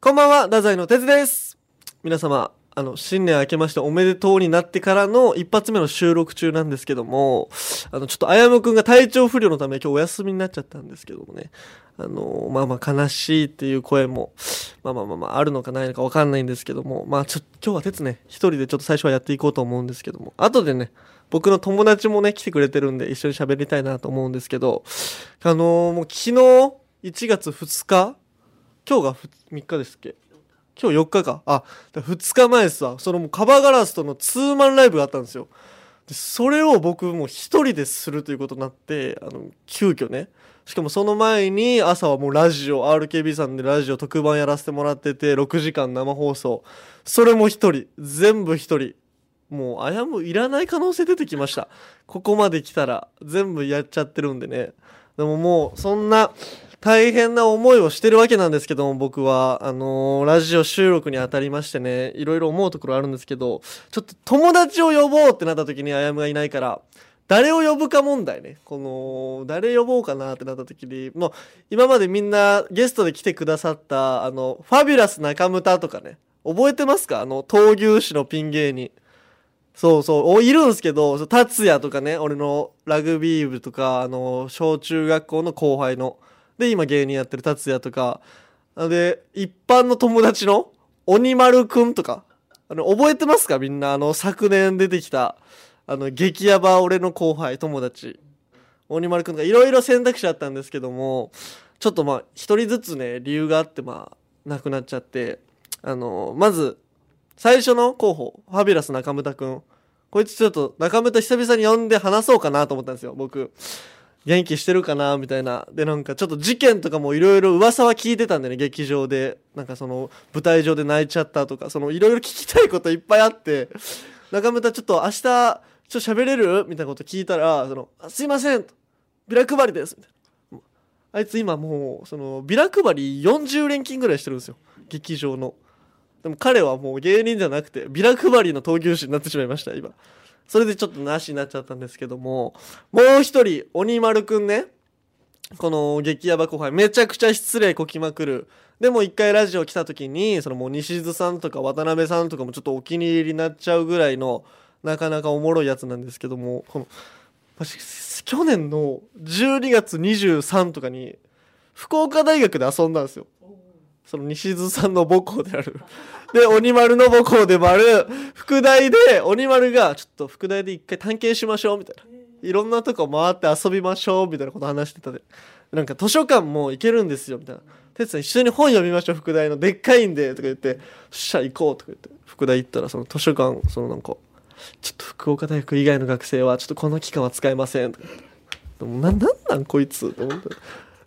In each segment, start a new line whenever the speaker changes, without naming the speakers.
こんばんは、太宰の哲です。皆様、あの、新年明けましておめでとうになってからの一発目の収録中なんですけども、あの、ちょっとあやむくんが体調不良のため今日お休みになっちゃったんですけどもね、あの、まあまあ悲しいっていう声も、まあまあまあまああるのかないのかわかんないんですけども、まあちょ、今日は哲ね、一人でちょっと最初はやっていこうと思うんですけども、後でね、僕の友達もね、来てくれてるんで一緒に喋りたいなと思うんですけど、あのもう昨日、1月2日今日がふ3日ですっけ今日4日かあだから2日前ですわそのもうカバーガラスとのツーマンライブがあったんですよでそれを僕もう一人でするということになってあの急遽ねしかもその前に朝はもうラジオ RKB さんでラジオ特番やらせてもらってて6時間生放送それも一人全部一人もうあやむいらない可能性出てきましたここまで来たら全部やっちゃってるんでねでももうそんな大変な思いをしてるわけなんですけども僕はあのーラジオ収録にあたりましてねいろいろ思うところあるんですけどちょっと友達を呼ぼうってなった時にあやむがいないから誰を呼ぶか問題ねこの誰呼ぼうかなってなった時にもう今までみんなゲストで来てくださったあのファビュラス中村とかね覚えてますかあの闘牛士のピン芸人そうそう、おいるんすけど、そう達也とかね、俺のラグビー部とか、あの、小中学校の後輩の、で、今芸人やってる達也とか、あで、一般の友達の、鬼丸くんとか、あの、覚えてますかみんな、あの、昨年出てきた、あの、激ヤバ俺の後輩、友達。鬼丸くんとか、いろいろ選択肢あったんですけども、ちょっとまあ、一人ずつね、理由があって、まあ、なくなっちゃって、あの、まず、最初の候補、ファビュラス中村くん。こいつちょっと中村久々に呼んで話そうかなと思ったんですよ、僕。元気してるかなみたいな。で、なんかちょっと事件とかもいろいろ噂は聞いてたんでね、劇場で。なんかその舞台上で泣いちゃったとか、そのいろいろ聞きたいこといっぱいあって、中村ちょっと明日、ちょっと喋れるみたいなこと聞いたら、その、あすいませんビラ配りですみたいな。あいつ今もう、その、ビラ配り40連勤ぐらいしてるんですよ。劇場の。でも彼はもう芸人じゃなくて、ビラ配りの闘牛士になってしまいました、今。それでちょっとなしになっちゃったんですけども、もう一人、鬼丸くんね。この激ヤバ後輩、めちゃくちゃ失礼こきまくる。でも一回ラジオ来た時に、そのもう西津さんとか渡辺さんとかもちょっとお気に入りになっちゃうぐらいの、なかなかおもろいやつなんですけども、この、私去年の12月23とかに、福岡大学で遊んだんですよ。その西津さんの母校である。で、鬼丸の母校でもある、副大で、鬼丸が、ちょっと副大で一回探検しましょう、みたいな。いろんなとこ回って遊びましょう、みたいなこと話してたで。なんか図書館も行けるんですよ、みたいな。てつさん一緒に本読みましょう、副大の。でっかいんで、とか言って、そしたら行こう、とか言って。副大行ったら、その図書館、そのなんか、ちょっと福岡大学以外の学生は、ちょっとこの期間は使えません、とか言って。でもな、なんなんこいつ、と思って。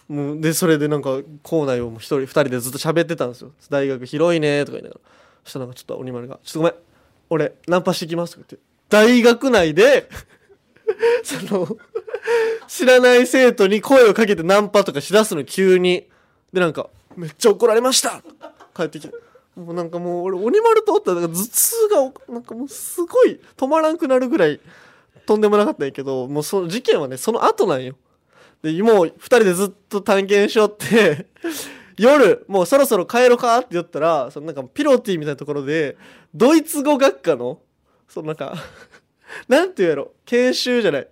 もうでそれでなんか校内をもう一人二人でずっと喋ってたんですよ「大学広いね」とか言いながらそしたらなんかちょっと鬼丸が「ちょっとごめん俺ナンパしてきます」とか言って大学内でその知らない生徒に声をかけてナンパとかしだすの急にでなんか「めっちゃ怒られました!」帰ってきて。もうなんかもう俺鬼丸とおったらなんか頭痛がなんかもうすごい止まらんくなるぐらいとんでもなかったんやけどもうその事件はねその後なんよで、もう二人でずっと探検しよって、 夜、もうそろそろ帰ろうかって言ったら、そのなんかピロティみたいなところで、ドイツ語学科の、そのなんか、なんて言うやろ、研修じゃない。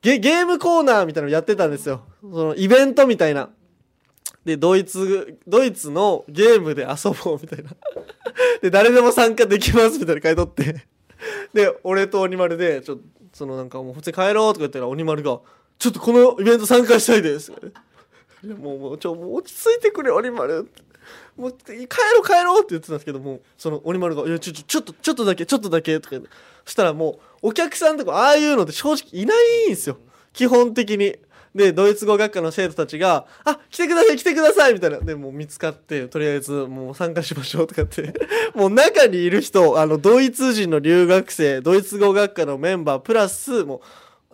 ゲ、ゲームコーナーみたいなのやってたんですよ。そのイベントみたいな。で、ドイツ、ドイツのゲームで遊ぼうみたいな。 で、誰でも参加できますみたいな書いとって。で、俺と鬼丸で、ちょっと、そのなんかもう普通に帰ろうとか言ったら鬼丸が、ちょっとこのイベント参加したいです。いやもう、もう、ちょ、もう落ち着いてくれ、鬼丸。もう、帰ろう帰ろうって言ってたんですけども、その鬼丸が、いや、ちょ、ちょ、ちょっと、ちょっとだけ、ちょっとだけ、とか言って、そしたらもう、お客さんとか、ああいうのって正直いないんですよ。基本的に。で、ドイツ語学科の生徒たちが、あ、来てください、来てくださいみたいな。で、もう見つかって、とりあえず、もう参加しましょうとかって。 もう中にいる人、あの、ドイツ人の留学生、ドイツ語学科のメンバー、プラス、もう、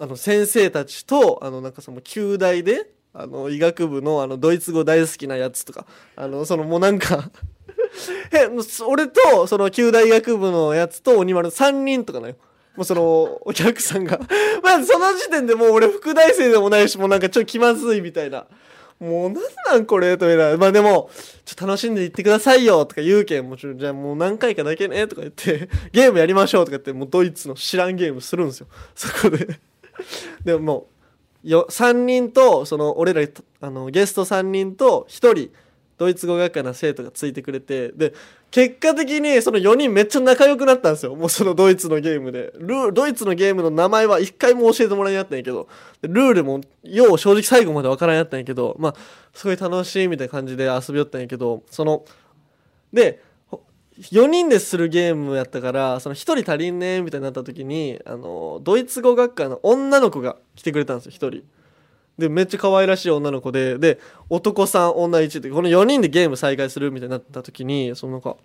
あの先生たちとあのなんかその旧大であの医学部のあのドイツ語大好きなやつとかあのそのもうなんか えもうそ俺とその旧大医学部のやつと鬼丸の3人とかなよもうそのお客 さんがまあその時点でもう俺副大生でもないしもうなんかちょっと気まずいみたいなもうなんなんこれとか言いながらまあでも、ちょっと楽しんでいってくださいよとか言うけん、もちろん、じゃあもう何回かだけねとか言って、ゲームやりましょうとか言って、もうドイツの知らんゲームするんですよ。そこで。 でももう、よ、3人と、その、俺ら、あの、ゲスト3人と、1人、ドイツ語学科の生徒がついてくれて、で、結果的にその4人めっちゃ仲良くなったんですよ。もうそのドイツのゲームで。ルードイツのゲームの名前は一回も教えてもらえなかったんやけど、でルールもよう正直最後までわからんやったんやけど、まあ、すごい楽しいみたいな感じで遊びよったんやけど、その、で、ほ4人でするゲームやったから、その1人足りんねみたいになった時に、あの、ドイツ語学科の女の子が来てくれたんですよ、1人。で、めっちゃ可愛らしい女の子で、で、男さん、女1で、この4人でゲーム再開するみたいになった時に、そのなんか、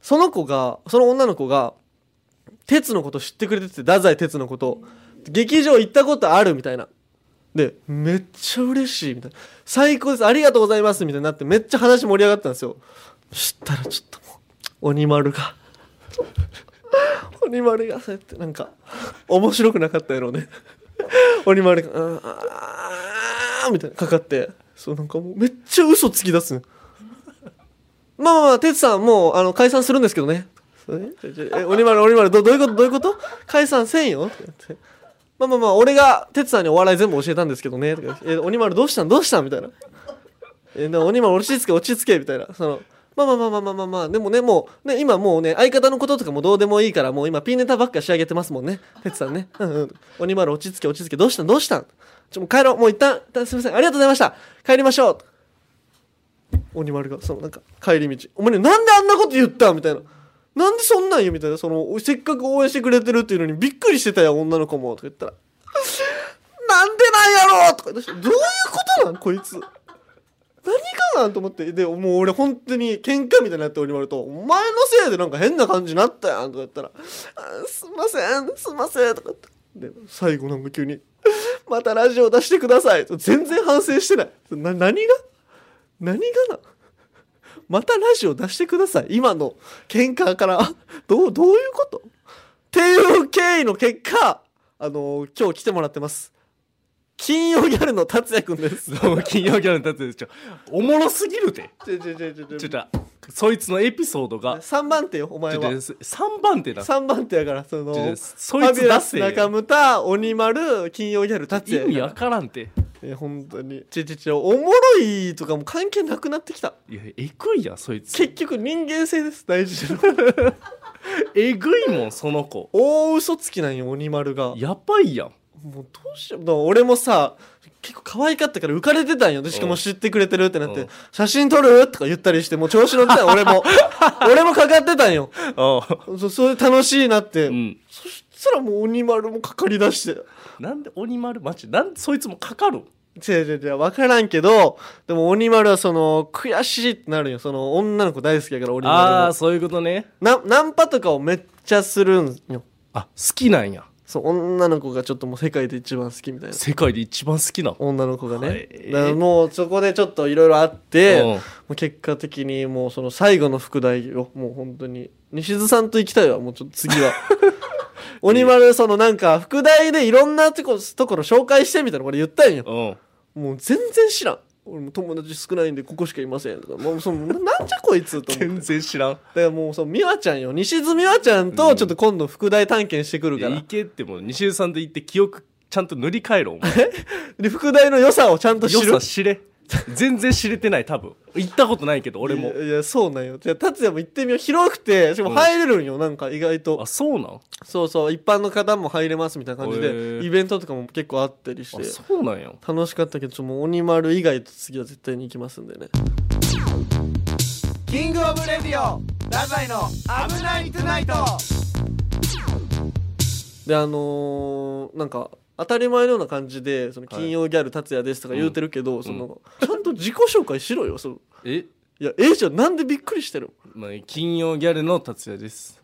その子が、その女の子が、鉄のこと知ってくれてて、太宰鉄のこと、劇場行ったことあるみたいな。で、めっちゃ嬉しいみたいな。最高です、ありがとうございますみたいになって、めっちゃ話盛り上がったんですよ。そしたらちょっともう、鬼丸が、鬼丸が、そうやってなんか、面白くなかったやろうね。鬼丸が、あーあーみたいな、かかって、そうなんかもう、めっちゃ嘘つき出すのまあまあまあ、哲さん、もう、あの、解散するんですけどね。えちょえ鬼丸、鬼丸、どどういうことどういうこと解散せんよって言って。まあまあまあ、俺が、哲さんにお笑い全部教えたんですけどね。とか言ってえ、鬼丸どうしたんどうしたんみたいな。え、な鬼丸落ち着け、落ち着け、みたいな。その、まあまあまあまあまあまあまあ、でもね、もう、ね、今もうね、相方のこととかもどうでもいいから、もう今、ピンネタばっか仕上げてますもんね。哲さんね。 うんうん。鬼丸落ち着け、落ち着け、どうしたんどうしたんちょ、もう帰ろう。もう一旦、一旦すいません。ありがとうございました。帰りましょう。鬼丸がそのなんか帰り道「お前ねなんであんなこと言った?」みたいな「なんでそんなん言う?」みたいなそのおせっかく応援してくれてるっていうのにびっくりしてたよ女の子もとか言ったら 「なんでなんやろ!」とか言ってどういうことなんこいつ何かなんと思ってでもう俺本当に喧嘩みたいになって鬼丸と「お前のせいでなんか変な感じになったやん」とか言ったら「あすいませんすいません」とか言ってで最後なんか急に「またラジオ出してください」全然反省してないな何が何がなまたラジオ出してください今の喧嘩からどうどういうことっていう経緯の結果あの今日来てもらってます金曜ギャルの達也くんです
どうも金曜ギャルの達也ですちょおもろすぎるで
ちょちょちょちょ
ち
ち
ょ
ょ
っとそいつのエピソードが
3番手よお
ち
前
ょっ
は
と三番手だ
3番手やからその
ちょちょ
フ
そい
ァ
つ
ビュ
出
ラス
せよ
中村鬼丸金曜ギャル達
意
也
味
や
わ
か
からんて
らえ本当にちょちょちょおもろいとかも関係なくなってきた
いやえぐいやんそいつ
結局人間性です大事なの
えぐいもんその子
大嘘つきなんよ鬼丸が
やばいやん
もうどうしようだから俺もさ結構可愛かったから浮かれてたんよでしか
う
も
ん
知ってくれてるってなっ
う
て
ん
「写真撮る?」とか言ったりしてもう調子乗って たよ俺も俺もかかってたんよ
あ
そそれ楽しいなって、
うん
そしたらもう鬼丸もかかりだして
なんで鬼丸マジなんでそいつもかかる
違う違う違う分からんけどでも鬼丸はその悔しいってなるんよその女の子大好きやから鬼
あ
丸
あ
も
そういうことね
なナンパとかをめっちゃするんよ
あ好きなんや
そう女の子がちょっともう世界で一番好きみたいな
世界で一番好きなの
女の子がね、
はい
だからもうそこでちょっといろいろあって、
うん
もう結果的にもうその最後の副題をもう本当に西津さんと行きたいわもうちょっと次 は鬼丸そのなんか副題でいろんなとこところ紹介してみたいなこれ言ったんよ
うん
もう全然知らん俺も友達少ないんでここしかいませんとかもうそのなんじゃこいつと思 って
全然知らん
だからもうその美和ちゃんよ西津美和ちゃんとちょっと今度副題探検してくる
い
か
や
ら、
行けってもう西江さんと行って記憶ちゃんと塗り替えろお前
で副題の良さをちゃんと知る
良さ知れ全然知れてない多分行ったことないけど俺も
いやいやそうなんよじゃあ達也も行ってみよう広くてしかも入れるんよ、なんか意外と
あそうなん
そうそう一般の方も入れますみたいな感じ
へ
で
ー
イベントとかも結構あったりし
あ
て
そうなんや
楽しかったけどちょっともう鬼丸以外と次は絶対に行きますんでね
キングオブレディオダザイの危ないトゥナイト
であのーなんか当たり前のような感じで「その金曜ギャル達也です」とか言うてるけど、そのちゃんと自己紹介しろよその
え、
いやええじゃんなんでびっくりしてる
まあ、金曜ギャルの達也です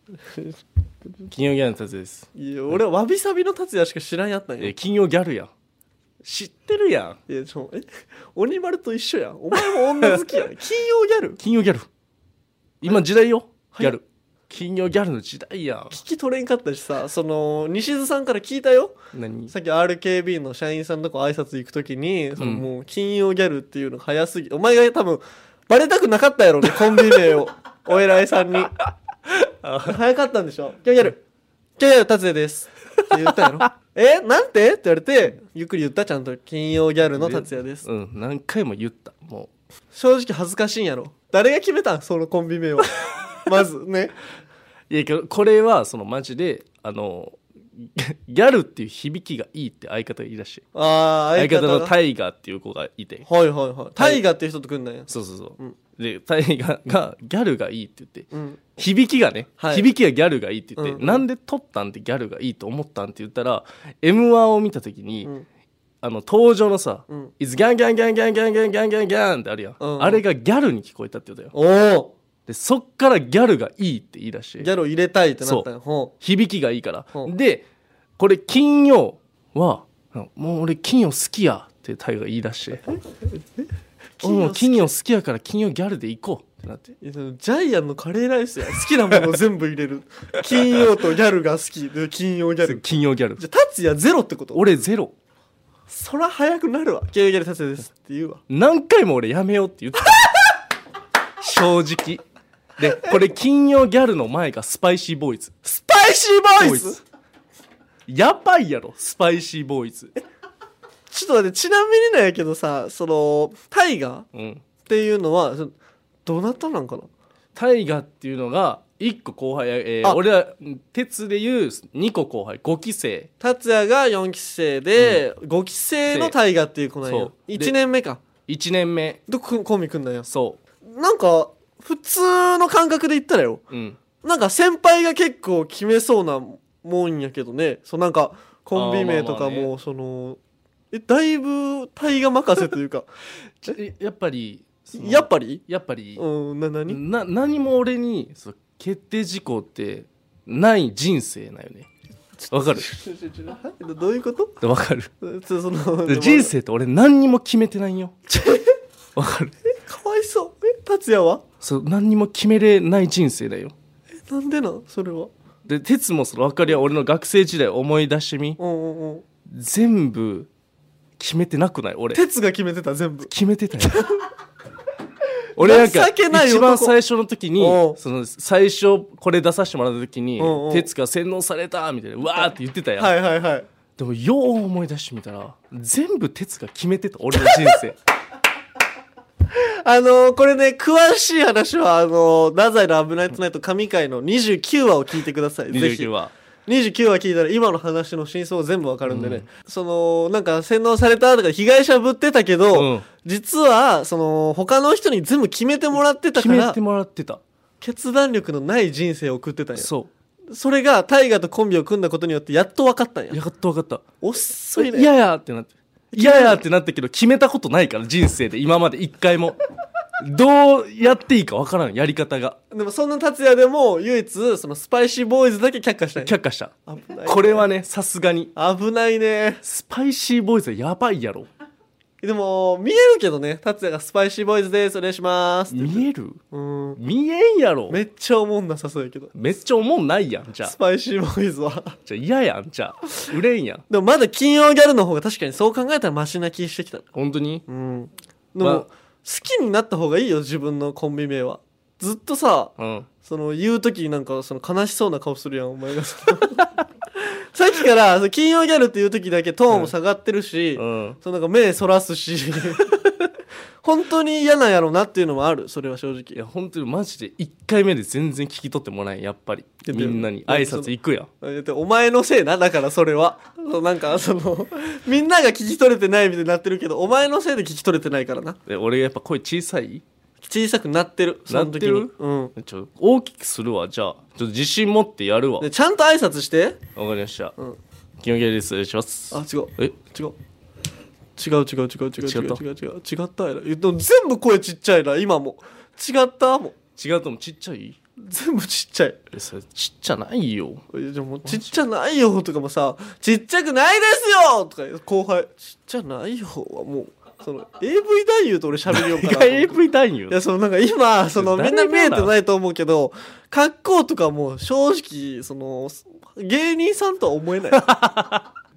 金曜ギャルの達也です
のいや俺はわびさびの達也しか知らんやったんよ
え金曜ギャルやん知ってるやん
いやちょえ鬼丸と一緒やん お前も女好きやん金曜ギャル
金曜ギャル今時代よギャル金曜ギャルの時代やん
聞き取れんかったしさその西津さんから聞いたよ
何
さっき RKB の社員さんのとこ挨拶行く時にその
うん
もう金曜ギャルっていうのが早すぎお前が多分バレたくなかったやろねコンビ名 をお偉いさんに早かったんでしょ「金曜ギャル金曜ギャル達也です」って言った やろえなんてって言われてゆっくり言ったちゃんと「金曜ギャルの達也です」
うん何回も言ったも
正直恥ずかしいんやろ誰が決めたんそのコンビ名 をまずね
ういやけどこれはそのマジであのギャ ギャルっていう響きがいいって相方がいらっしゃる
ああ
相方の
が
タイガーっていう子がいて
はいはいはいタイガーっていう人と組んだんや
そうそうそう、
うん
でタイガーがギャルがいいって言って、
うん
響きがね、
はい
響きがギャルがいいって言って、
うんうん
なんで撮ったんってギャルがいいと思ったんって言ったら m 1を見た時に、
うん
あの登場のさ
うん
「いつギャンギャンギャンギャンギャンギャンギャンギャンギャン」ってあるやん、
うん
あれがギャルに聞こえたって言うたよ
おお
でそっからギャルがいいって言い出し
ギ
て
ャルを入れたいってなったんやほ
響きがいいから、
うん
でこれ金曜は「もう俺金曜好きや」ってタイが言い出して「
金曜
俺もう
好き
金曜好きやから金曜ギャルで行こう」ってなって
ういやでもジャイアンのカレーライスや好きなものを全部入れる 金曜とギャルが好きで金曜ギャル
金曜ギャル
じゃあ達也ゼロってこと
俺ゼロ
そら早くなるわ金曜ギャル達也ですって言うわ
何回も俺やめようって言った 正直でこれ金曜ギャルの前がスパイシーボーイズ
スパイシーボーイズ
やばいやろスパイシーボーイズ
ちょっと待ってちなみになんやけどさそのタイガーっ
うん
ていうのはそのどなたなんかな
タイガっていうのが1個後輩、えー
あ
俺らうん鉄でいう2個後輩5期生
達也が4期生で、五5期生のタイガーっていう子なん
そ
や
うで
1年目か
1年目
どこコンビ組んだんや
そ
なんか普通の感覚で言ったらよ
ううん
なんか先輩が結構決めそうなもんやけどねそうなんかコンビ名と
あ
か
ーまあまあ
もそのえだいぶ大河任せというか
ちょやっぱり その
やっぱり
やっぱり、
うんな何
な何も俺にその決定事項ってない人生なよねわかる
どういうこと
わかる
そそので
で
も
人生って俺何にも決めてないんよわかる
かわいそうえ達也は
そう何にも決めれない人生だよ
えなんでなんそれは
で哲もその分かりや俺の学生時代思い出してみ
うんうんうん
全部決めてなくない俺
哲が決めてた全部
決めてたよ 俺なんか
情けない男
一番最初の時に
おう
その最初これ出させてもらった時に
おうおう
哲が洗脳されたみたいなうわーって言ってたやん、
はいはいはい
でもよう思い出してみたら全部哲が決めてた 俺の人生
あのーこれね、詳しい話は、あのー、太宰の危ないトゥナイト神回の29話を聞いてください。ぜひ
29。は
29話聞いたら今の話の真相全部わかるんでね、その、なんか洗脳されたとか被害者ぶってたけど、
うん
実は、その、他の人に全部決めてもらってた
決
か
め
ら
て、もらってた
決断力のない人生を送ってたんや。
そ
それが、タイガとコンビを組んだことによってやっとわかったん
う
や。
やっと分かった
遅いね。
いやいやってなって。いやいやってなったけど、決めたことないから、人生で、今まで一 回も。どうやっていいかわからん、やり方が。
でもそんな達也でも、唯一、そのスパイシーボーイズだけ却下したんや。
却下した。
危ないね
これはね、さすがに。
危ないね。
スパイシーボーイズはやばいやろ。
でも、見えるけどね、達也がスパイシーボーイズです、お願いします。
見える
うん。
見えんやろ。
めっちゃおもんなさそうやけど。
めっちゃおもんないやん、じゃあ
ス。パイシーボーイズは。
じゃあ嫌やん、じゃあ。売れんやん。
でもまだ金曜ギャルの方が確かにそう考えたらマシな気してきた。
本当に
うん。でも、
まあ
好きになった方がいいよ、自分のコンビ名は。ずっとさ、
うん。
その、言うときなんか、その、悲しそうな顔するやん、お前が。その さっきから、その金曜ギャルっていうときだけトーンも下がってるし、
うん。
そのなんか目そらすし、 本当に嫌なんやろうなっていうのもある、それは正直。
いや、本当にマジで一回目で全然聞き取ってもらえん、やっぱり。
で
みんなに挨拶行くやん。
えっとお前のせいなだからそれはそうなんかそのみんなが聞き取れてないみたいになってるけどお前のせいで聞き取れてないからな
で俺やっぱ声小さい
小さくなってるその時に
なってる
うん
ちょ大きくするわじゃあちょっと自信持ってやるわわ
で
か
ちゃんと挨拶して
りました、
ん
金曜ギャルですお願いします
あ違う
え
違う違う違う違う違う違う
違った
違う違う違ったやらえでも全部声ちっちゃいな今も違ったも
違うともちっちゃいう
全部ちっちゃい
えそれちっちゃないよ
いやでもちっちゃないよとかもさちっちゃくないですよとか言う後輩ちっちゃないよはもうその AV 男優と俺喋りようかなと思
が
って。
AV 男優
いや、そのなんか 今、そのみ
誰
ん
が
な見えてないと思うけど、格好とかも正直、その、芸人さんとは思え ない。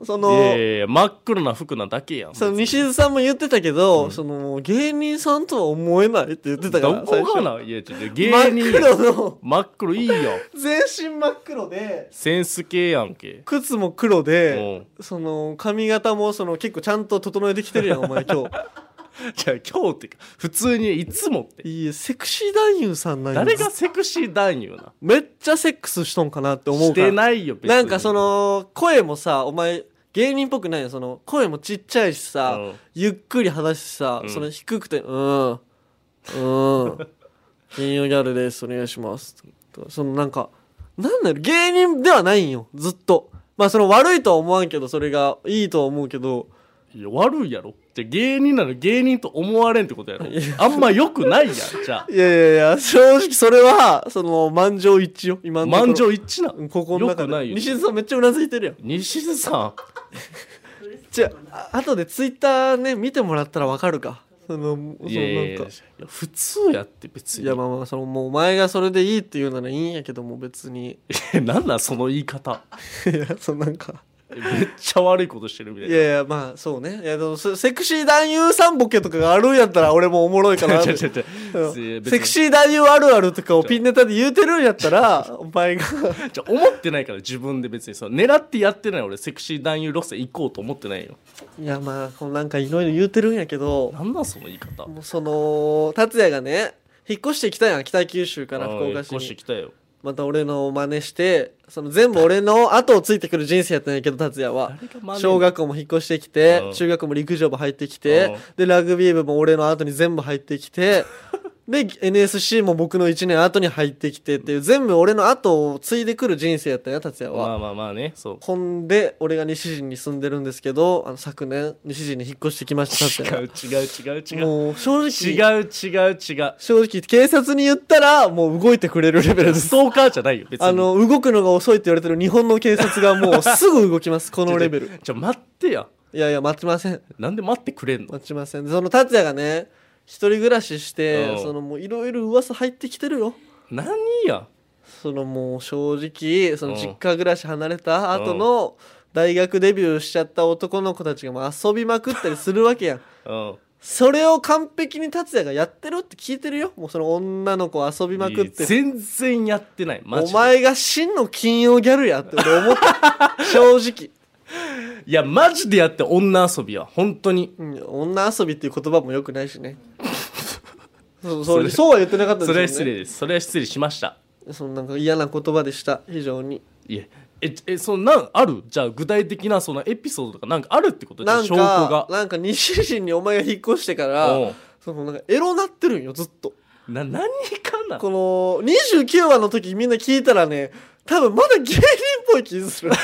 その、
いやいやいや真っ黒な服なだけやん
その西津さんも言ってたけど、その芸人さんとは思えないって言ってたから、
どこが
真っ
ないやちょっと芸人やん
黒の、
真っ黒いいよ
全身真っ黒で、
センス系やんけ
靴も黒で、
う
その髪型もその結構ちゃんと整えてきてるやん、お前 今日。
じゃあ今日っていうか普通にいつもって
いいえ、セクシー男優さんなんや
誰がセクシー男優な
めっちゃセックスしとんかなって思う
し
から。
てないよ別に
なんかその声もさお前芸人っぽくないよその声もちっちゃいしさ、
うん
ゆっくり話してさ、
うん
その低くて「うん うん金曜ギャルですお願いします」とそのなんかなんだろ芸人ではないんよずっとまあその悪いとは思わんけどそれがいいとは思うけど
いや悪いやろじゃあ芸人なら芸人と思われんってことやろ
いや
あんま良くないやんじゃ
いやいやいや正直それはその満場一致よ今
あ
のところ
満場一致な
うんここの中
良くない
で
よ
西津さんめっちゃうなずいてるやん
西津さ
じゃああ後でツイッターね見てもらったらわかるかそのそのなん
ん
か
いやいやいやいや普通やって別
い
に
やまあまあそのもうお前がそれでいいって言うならいいんやけども別に
えなんなんその言い方
いやそのなんか
えめっちゃ悪いことしてるみたい
い
な
やいやまあそうねいやでもそセクシー男優さんボケとかがあるんやったら俺もおもろいか なっ
違
て
う違う違う
う
いや
ん
別に
セクシー男優あるあるとかをピンネタで言うてるんやったらお前が
じゃあ思ってないから自分で別にそう狙ってやってない俺セクシー男優路線行こうと思ってないよ
いやまあこうなんかいろいろ言うてるんやけど
なんなんその言い方
もうその達也がね引っ越してきたやん北九州から
あ
福
ー
岡
引っ越し
市
て
に
きたよ
また俺の真似してその全部俺の後をついてくる人生やったんやけど達也は
誰が真似
小学校も引っ越してきて、
うん
中学も陸上部入ってきて、
うん
でラグビー部も俺の後に全部入ってき てで NSC も僕の1年後に入ってきてっていう全部俺の後を継いでくる人生やったんや達也は、
まあまあまあねそう
ほんで俺が西陣に住んでるんですけどあの昨年西陣に引っ越してきました達
違
也
う違う違う違う
もう正直
違う違う違う
正直警察に言ったらもう動いてくれるレベルです
ストーカーじゃないよ別に
あの動くのが遅いって言われてる日本の警察がもうすぐ動き ますこのレベル
じゃ待ってや
いやいや待ちません
なんで待ってくれんの
待ちませんその達也がね一人暮らしして、
うん
そのもういろいろ噂入ってきてるよ
何や
そのもう正直その
うん
実家暮らし離れた後の大学デビューしちゃった男の子たちがもう遊びまくったりするわけやん
うん
それを完璧に達也がやってるって聞いてるよもうその女の子遊びまくって
全然やってないマジ
お
で
前が真の金曜ギャルやって俺思った 正直
いやマジでやって女遊びは本当に
うん、女遊びっていう言葉もよくないし ねそう
そ
そ
れ
うそうは言ってなかったです
そ
よ
れ
ね
は失礼ですそれは失礼しました
そのなんか嫌な言葉でした非常に
いやええそのなんあるじゃあ具体的なそのエピソードとかなんかあるってことじゃ
な
あ
ん
証拠
か
が
なんか西陣にお前が引っ越してから
うん
そのなんかエロなってるんよずっと
な何かな
この29話の時みんな聞いたらね多分まだ芸人っぽい気す るこ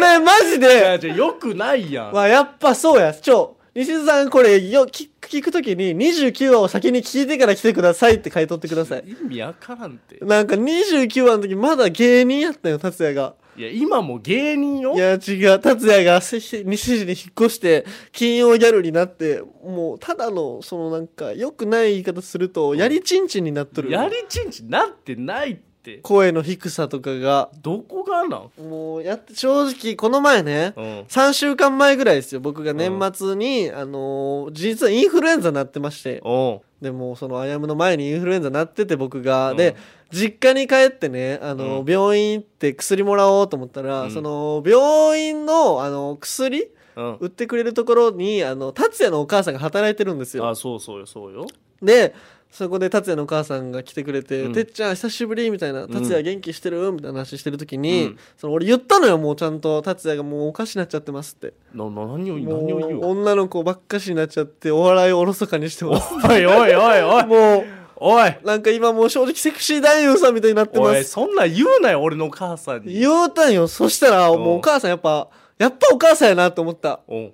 れマジ
いや
で
じゃあよくないやん
まあやっぱそうやちょ西津さんこれよ聞く聞く時に29話を先に聞いてから来てくださいって書いとってください
意味わからんって
なんか29話の時まだ芸人やったよ、達也が。
いや今も芸人よ
いや違う、達也がせ西時に引っ越して、金曜ギャルになって、もうただの、そのなんか、良くない言い方すると、やりちんちんになっとる。
やりちんちんなってないって
声の低さとかが。
どこがなん
もう、やって、正直、この前ね、
うん
3週間前ぐらいですよ、僕が年末に、あのー実はインフルエンザになってまして。
お
でもうそのアヤムの前にインフルエンザなってて僕が、
うん
で実家に帰ってねあの、
うん
病院行って薬もらおうと思ったら、
うん
その病院のあの薬
うん
売ってくれるところにあの達也のお母さんが働いてるんですよ
あそうそうよそうよ
でそこで達也のお母さんが来てくれて「
うん
てっちゃん久しぶり」みたいな「
ん
達也元気してる?」みたいな話してる時に、
うん
その俺言ったのよもうちゃんと達也がもうおかしになっちゃってますって
なな何を何
も
を言
う
うわ
女の子ばっかしになっちゃってお笑いをおろそかにしてます
おいおいおいおい
もう
おい
なんか今もう正直セクシー男優さんみたいになってま
おい
す。
そんなん言うなよ俺のお母さんに
言うたんよ。そしたら、
うん
もうお母さんやっぱ、やっぱお母さんやなと思った。
おう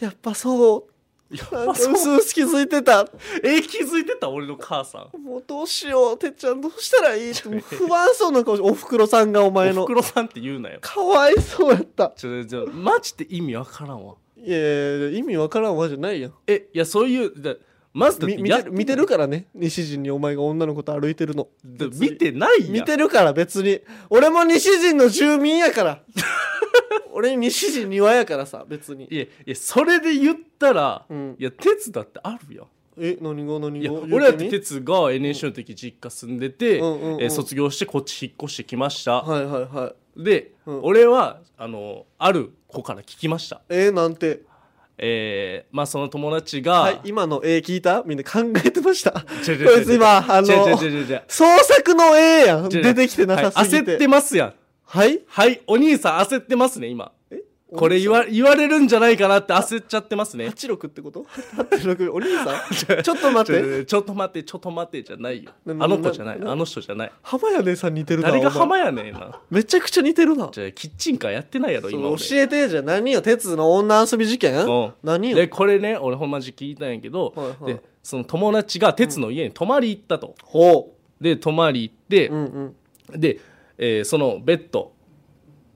やっぱそう。なんかうすうす気づいてた。
え気づいてた俺の母さん
もうどうしよう。てっちゃんどうしたらいい ってもう不安そうな顔して、おふくろさんがお前
おふ
の
く。ろさんって言うなよ
かわいそうやった。
ちょちょマジで意味わからんわ
いいやいや意味わからんわじゃないやん
えいやそういうだまずだっ
み
て
見
や
てる見てるからね西陣にお前が女の子と歩いてるの
だ
別に
見てないやん
見てるから別に俺も西陣の住民やから 俺西陣庭やからさ別に
いやいやそれで言ったら、
うん
いや鉄だってあるやん
え何が何
いや
が
俺だっ
言
て
うてみ
鉄が NSC の時実家住んでて、
うんうんうん
えー卒業してこっち引っ越してきました、
はいはいはい
で、
うん
俺はあのある子から聞きました
えー、なんて
えー、まあその友達が、
はい今の絵聞いたみんな考えてましたこい
違う違う違う違う
つ今あの
違う違う違う違う違う
創作の絵やん
違う違う
出てきてなさすぎて、
はい焦ってますやん
はい
はいお兄さん焦ってますね今これ言わ言われるんじゃないかなって焦っちゃってますね
86ってこと ?86 お兄 さんちょっと待って
ちょっと待ってちょっと待ってじゃないよあ
なな
の子じゃない
な
あの人じゃない
浜屋姉さん似てるな
誰が
お前
浜やねんな
めちゃくちゃ似てるな
じゃあキッチンカーやってないやろ今
そう
俺
教えてじゃあ何よ鉄の女遊び事件
うん
何よ
でこれね俺ほんまじ聞いたんやけど、
はいはい
でその友達が鉄の家に泊まり行ったと、
ほ
で泊まり行って
うう、んうん
で、えーそのベッド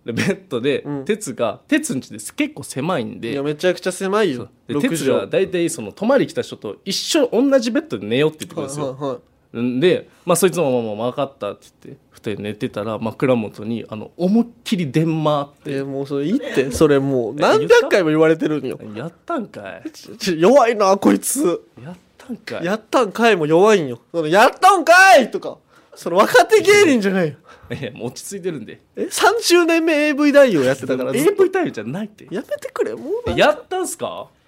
でベッドで、
うん
鉄が鉄んちです結構狭いん
いや
で
めちゃくちゃ狭いよ
で鉄が大体その泊まり来た人と一緒に同じベッドで寝ようって言ってくるんですよ、
はいはいはい
んで、まあ、そいつも「まあまあ分かった」って言って二人寝てたら枕元にあの思いっきり電話あって
えーもうそれいいってそれもう何百回も言われてるんよ
「やったんかい
ちち弱いなこいつ
やったんかい
やったんかいも弱いんよそのやったんかいとかその若手芸人じゃないよ
いやもう落ち着いてるんで
え30年目 AV 男優やってた からずっと
AV タイムじゃないって
やめてくれもうな
やったんすか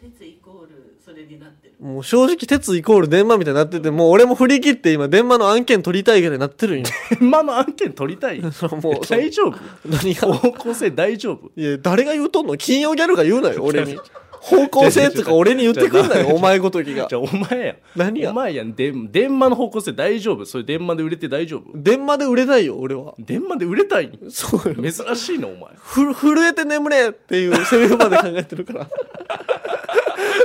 鉄イコールそれになってる
もう正直鉄イコール電話みたいになっててもう俺も振り切って今電話の案件取りたいぐらいになってるんよ
天満の案件取りたい
そ のもうその
大丈夫
何が
方向性大丈夫
いや、誰が言うとんの金曜ギャルが言うなよ、俺に。方向性 とか俺に言ってくんなよ、お前ごときが
じ。ゃあお前やん
何や
お前やんで電話の方向性大丈夫それ電話で売れて大丈夫
電話で売れないよ、俺は。
電話で売れたい
そうよ。
珍しいなお前
ふ 震えて眠れっていうセリフまで考えてるから。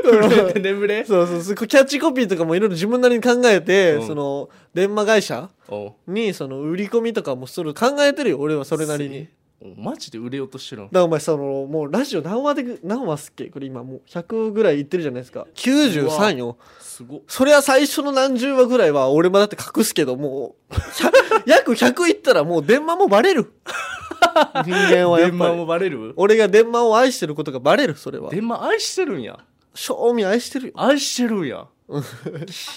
震えて眠れ
そうそうそう。キャッチコピーとかもいろいろ自分なりに考えて、
うん
その、電話会社
おう
に、その、売り込みとかもする考えてるよ、俺はそれなりに。
おうマジで売れようとしてるの
だからお前そのもうラジオ何話で何話すっけこれ今もう100ぐらいいってるじゃないですか93よ
すごっ
そりゃ最初の何十話ぐらいは俺もだって隠すけど、も う、ひゃ約100いったらもう電話もバレる。人間はやっ
電
ぱ
話
り
も。バレる
俺が電話を愛してることがバレる、それは。
電話愛してるんや
正味愛してるよ。
愛してるんや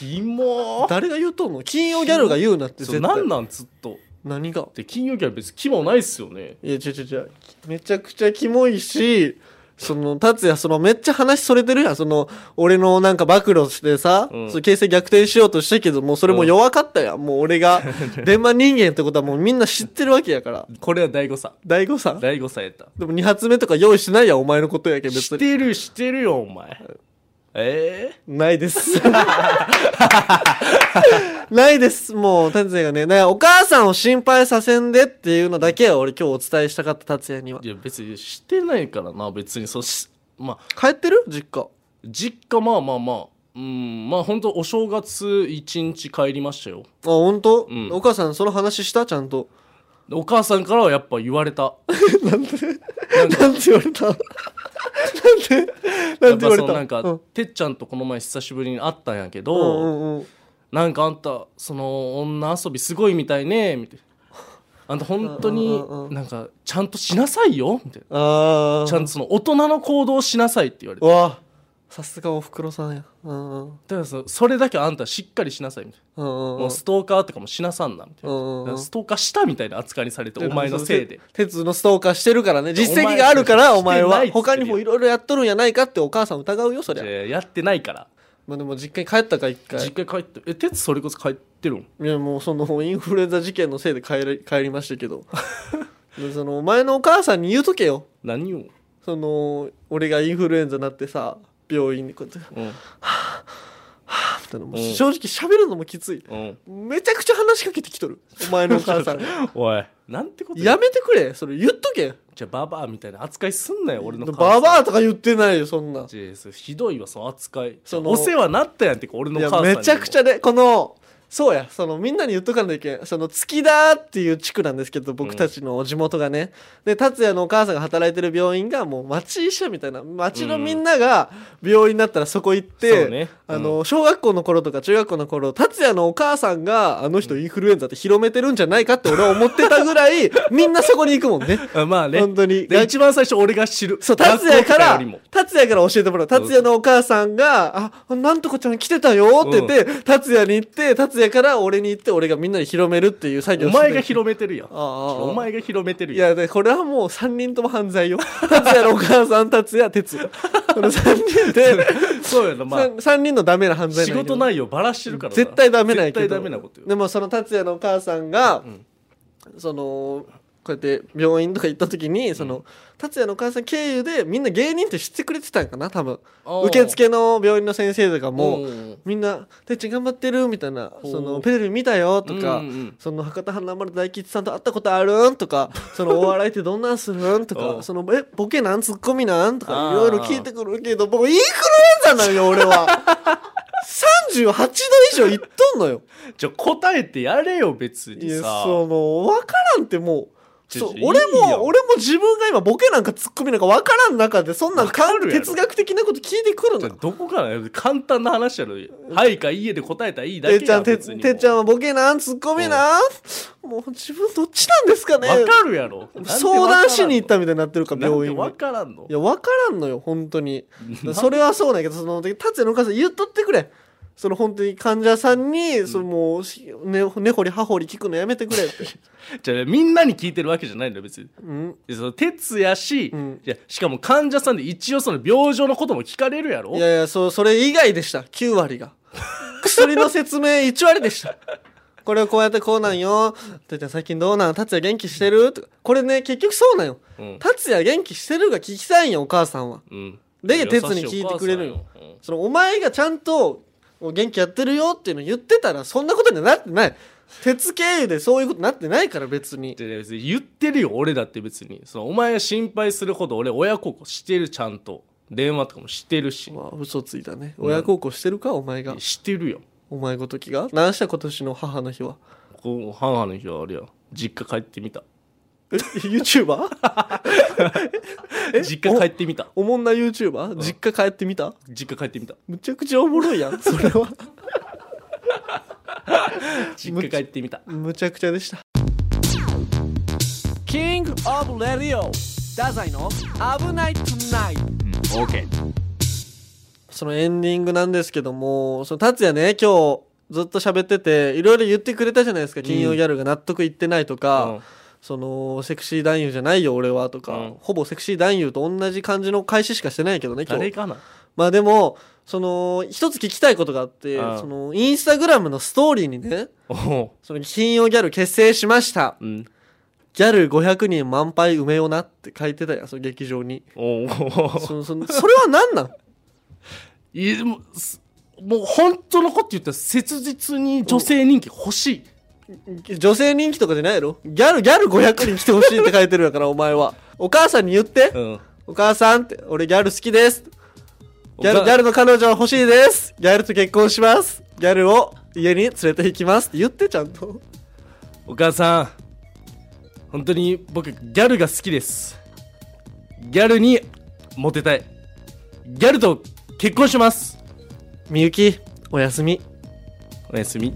キモー
誰が言うとんの金曜ギャルが言うなって
そう
絶
なん
対。
なんずっと
何が
で金曜日は別にキモないっすよね
いや、違う違う違う。めちゃくちゃキモいし、その、達也、その、めっちゃ話それてるやん。その、俺のなんか暴露してさ、
うん
そう形勢逆転しようとしたけど、もうそれも弱かったやん。もう俺 が、電話人間ってことはもうみんな知ってるわけやから。
これは第5差
大悟さん
第5差やった
でも2発目とか用意しないやんお前のことやけん別
し
に
てるしてるよお前え
ないです ないですもう達也がねねお母さんを心配させんでっていうのだけは俺今日お伝えしたかった達也には
えいや別にしてないからな別にそうしまあ
帰ってる実家
実家まあまあまあうんまあ本当お正月一日帰りましたよ
あ本当、
ん
お母さんその話したちゃんと
でお母さんからはやっぱ言われた
なんて言われたなんて
や
な
っ
んて言
ぱ
われ
その
た
なんか、
うん
てっちゃんとこの前久しぶりに会ったんやけ
う
ど、
んうんうん
なんかあんたその女遊びすごいみたいねみたいなあんた本当
う
に
んうんうんうん
なんかちゃんとしなさいよみたいな
ああ
ちゃんとその大人の行動をしなさいって言われて
わあさすがおふくろさんやうんうん
だからそそれだけあんたしっかりしなさいみたい
うんうん
な、
うん
もうストーカーとかもしなさんなみたいな、
うんうんうん
だからストーカーしたみたいな扱いにされてお前のせいで
鉄のストーカーしてるからね実績があるからお
お
前
前
は
してないっつってる
他に
よ
もいろいろやっとるんやないかってお母さん疑うよそり
じゃあ
ゃ
やってないから
まあでも実家に帰ったか一回
実家帰ってえてつそれこそ帰ってるん
いやもうそのインフルエンザ事件のせいで帰り帰りました けどでそのお前のお母さんに言うとけよ
何を、
その俺がインフルエンザになってさ病院にこうやって
うん
あみたいなもう
うん
正直喋るのもきつい
うん、
めちゃくちゃ話しかけてきとるお前のお母さ ん
おいなんてこと
やめてくれそれ言っとけ
じゃあババアみたいな扱いすんなよ俺の
ババ
ア
アとか言ってないよそんな
ひどいわその扱い
その
お世話なったやんって俺の
い
母
や
さんにも
めちゃくちゃねこのそうや、そのみんなに言っとかんといけん。その月田っていう地区なんですけど、僕たちの地元がね。で、達也のお母さんが働いてる病院がもう町医者みたいな、町のみんなが病院だったらそこ行っ
うん
て、
そうねうん
あの、小学校の頃とか中学校の頃、達也のお母さんがあの人インフルエンザって広めてるんじゃないかって俺は思ってたぐらい、みんなそこに行くもんね。
あまあね
本当に
で一番最初俺が知る
そう、達也か
学校と
ら
よりも、
達也から教えてもらう。達也のお母さんが、あ、なんとかちゃん来てたよって言って、達也に行って、達也から俺に行って、俺がみんなに広めるっていう作業
お前が広めてるやん
ああああ
お前が広めてる
い
やん
や、でこれはもう3人とも犯罪よ。達也のお母さん、達也、哲。この3人で、
そうやな まあ
3, 人のダメな犯罪
仕
んやけど
事内容バラしてるからな
絶対ダメなんやけど
絶対ダメなことよ
でもその達也のお母さんが、そのこうやって病院とか行った時にその、達也のお母さん経由でみんな芸人って知ってくれてたんかな多分
あー
受付の病院の先生とかも、
うん
みんな「てっちゃん頑張ってる」みたいな「
おー
そのペレル見たよ」とか、
うんうんうん
その博多華丸大吉さんと会ったことあるん?」と か「そのお笑いってどんなんするん?」と
お
か「
う
そのえボケなんツッコミなん?」とか
あー
いろいろ聞いてくるけど僕インフルエンザなん よ俺は38度以上いっとんのよ
じゃあ答えてやれよ別
い
に
や
さ
その分からんってもう
ちょ
そう
ちょ
俺
いいや
も
ん
俺も自分が今ボケなんかツッコミなんか分からん中でそんなんかん
るやろ
哲学的なこと聞いてくる
じゃあ
の
どこからや簡単な話やろはいかいいえで答えたらいいだ
て
け
っちゃんて
別にもう
てっちゃんはボケなんツッコミなんもう自分どっちなんですかね
わかるやろ
相談しに行ったみたいになってるから病院に
わからんの
いや分からんのよ本当にそれはそうだけどその達也のお母さん言っとってくれその本当に患者さんに、そのもうし根、根掘り葉掘り聞くのやめてくれって、
じゃあみんなに聞いてるわけじゃないんだよ別に
うん、
でその徹やし、
うん
いやしかも患者さんで一応その病状のことも聞かれるやろ
いやいや、そう、それ以外でした。9割が。薬の説明1割でした。これをこうやってこうなんよ。てっちゃん最近どうなん達也元気してるとかこれね、結局そうなんよ。
うん
達也元気してるが聞きたいんよ、お母さんは。
うん、
で
優し
鉄に聞いてくれるよ
お母さんよ
その、お前がちゃんと、お元気やってるよっていうの言ってたら、そんなことにはなってない。鉄経由でそういうことになってないから、別に。
で別に言ってるよ俺だって別にそのお前が心配するほど俺親孝行してるちゃんと電話とかもしてるし
まあ、嘘ついたね。親孝行してるか、お前が。
してるよ
お前ごときが。何した今年の母の日は。
こう母の日はあれや実家帰ってみた
え、YouTuber?
実家帰ってみた
おもんな YouTuber? 実家帰ってみた
実家帰ってみた
むちゃくちゃおもろいやんそれは
実家帰ってみた
むちゃくちゃでした
キングオブレディオダザイの危ないトゥナイト
そのエンディングなんですけどもその達也ね今日ずっと喋ってていろいろ言ってくれたじゃないですか金曜ギャルが納得いってないとか、
うん
そのセクシー男優じゃないよ俺はとか、
うん
ほぼセクシー男優と同じ感じの開始しかしてないけどね今
誰
日
かな
まあでもその一つ聞きたいことがあって、
うん
そのインスタグラムのストーリーにね
お
その金曜ギャル結成しました
ううん
ギャル500人満杯埋めようなって書いてたやん、その劇場に。
おう
そそそれは何なん
いやもうすもう本当のこと言ったら切実に女性人気欲しい
女性人気とかじゃないやろギャル、ギャル500人来てほしいって書いてるやから、お前は。お母さんに言って、
うん
お母さんって、俺ギャル好きです。ギャ
お
ル、
母
ギャルの彼女欲しいです。ギャルと結婚します。ギャルを家に連れて行きますって言って、ちゃんと。
お母さん本当に僕ギャルが好きですギャルにモテたいギャルと結婚します
みゆき、おやすみ。
おやすみ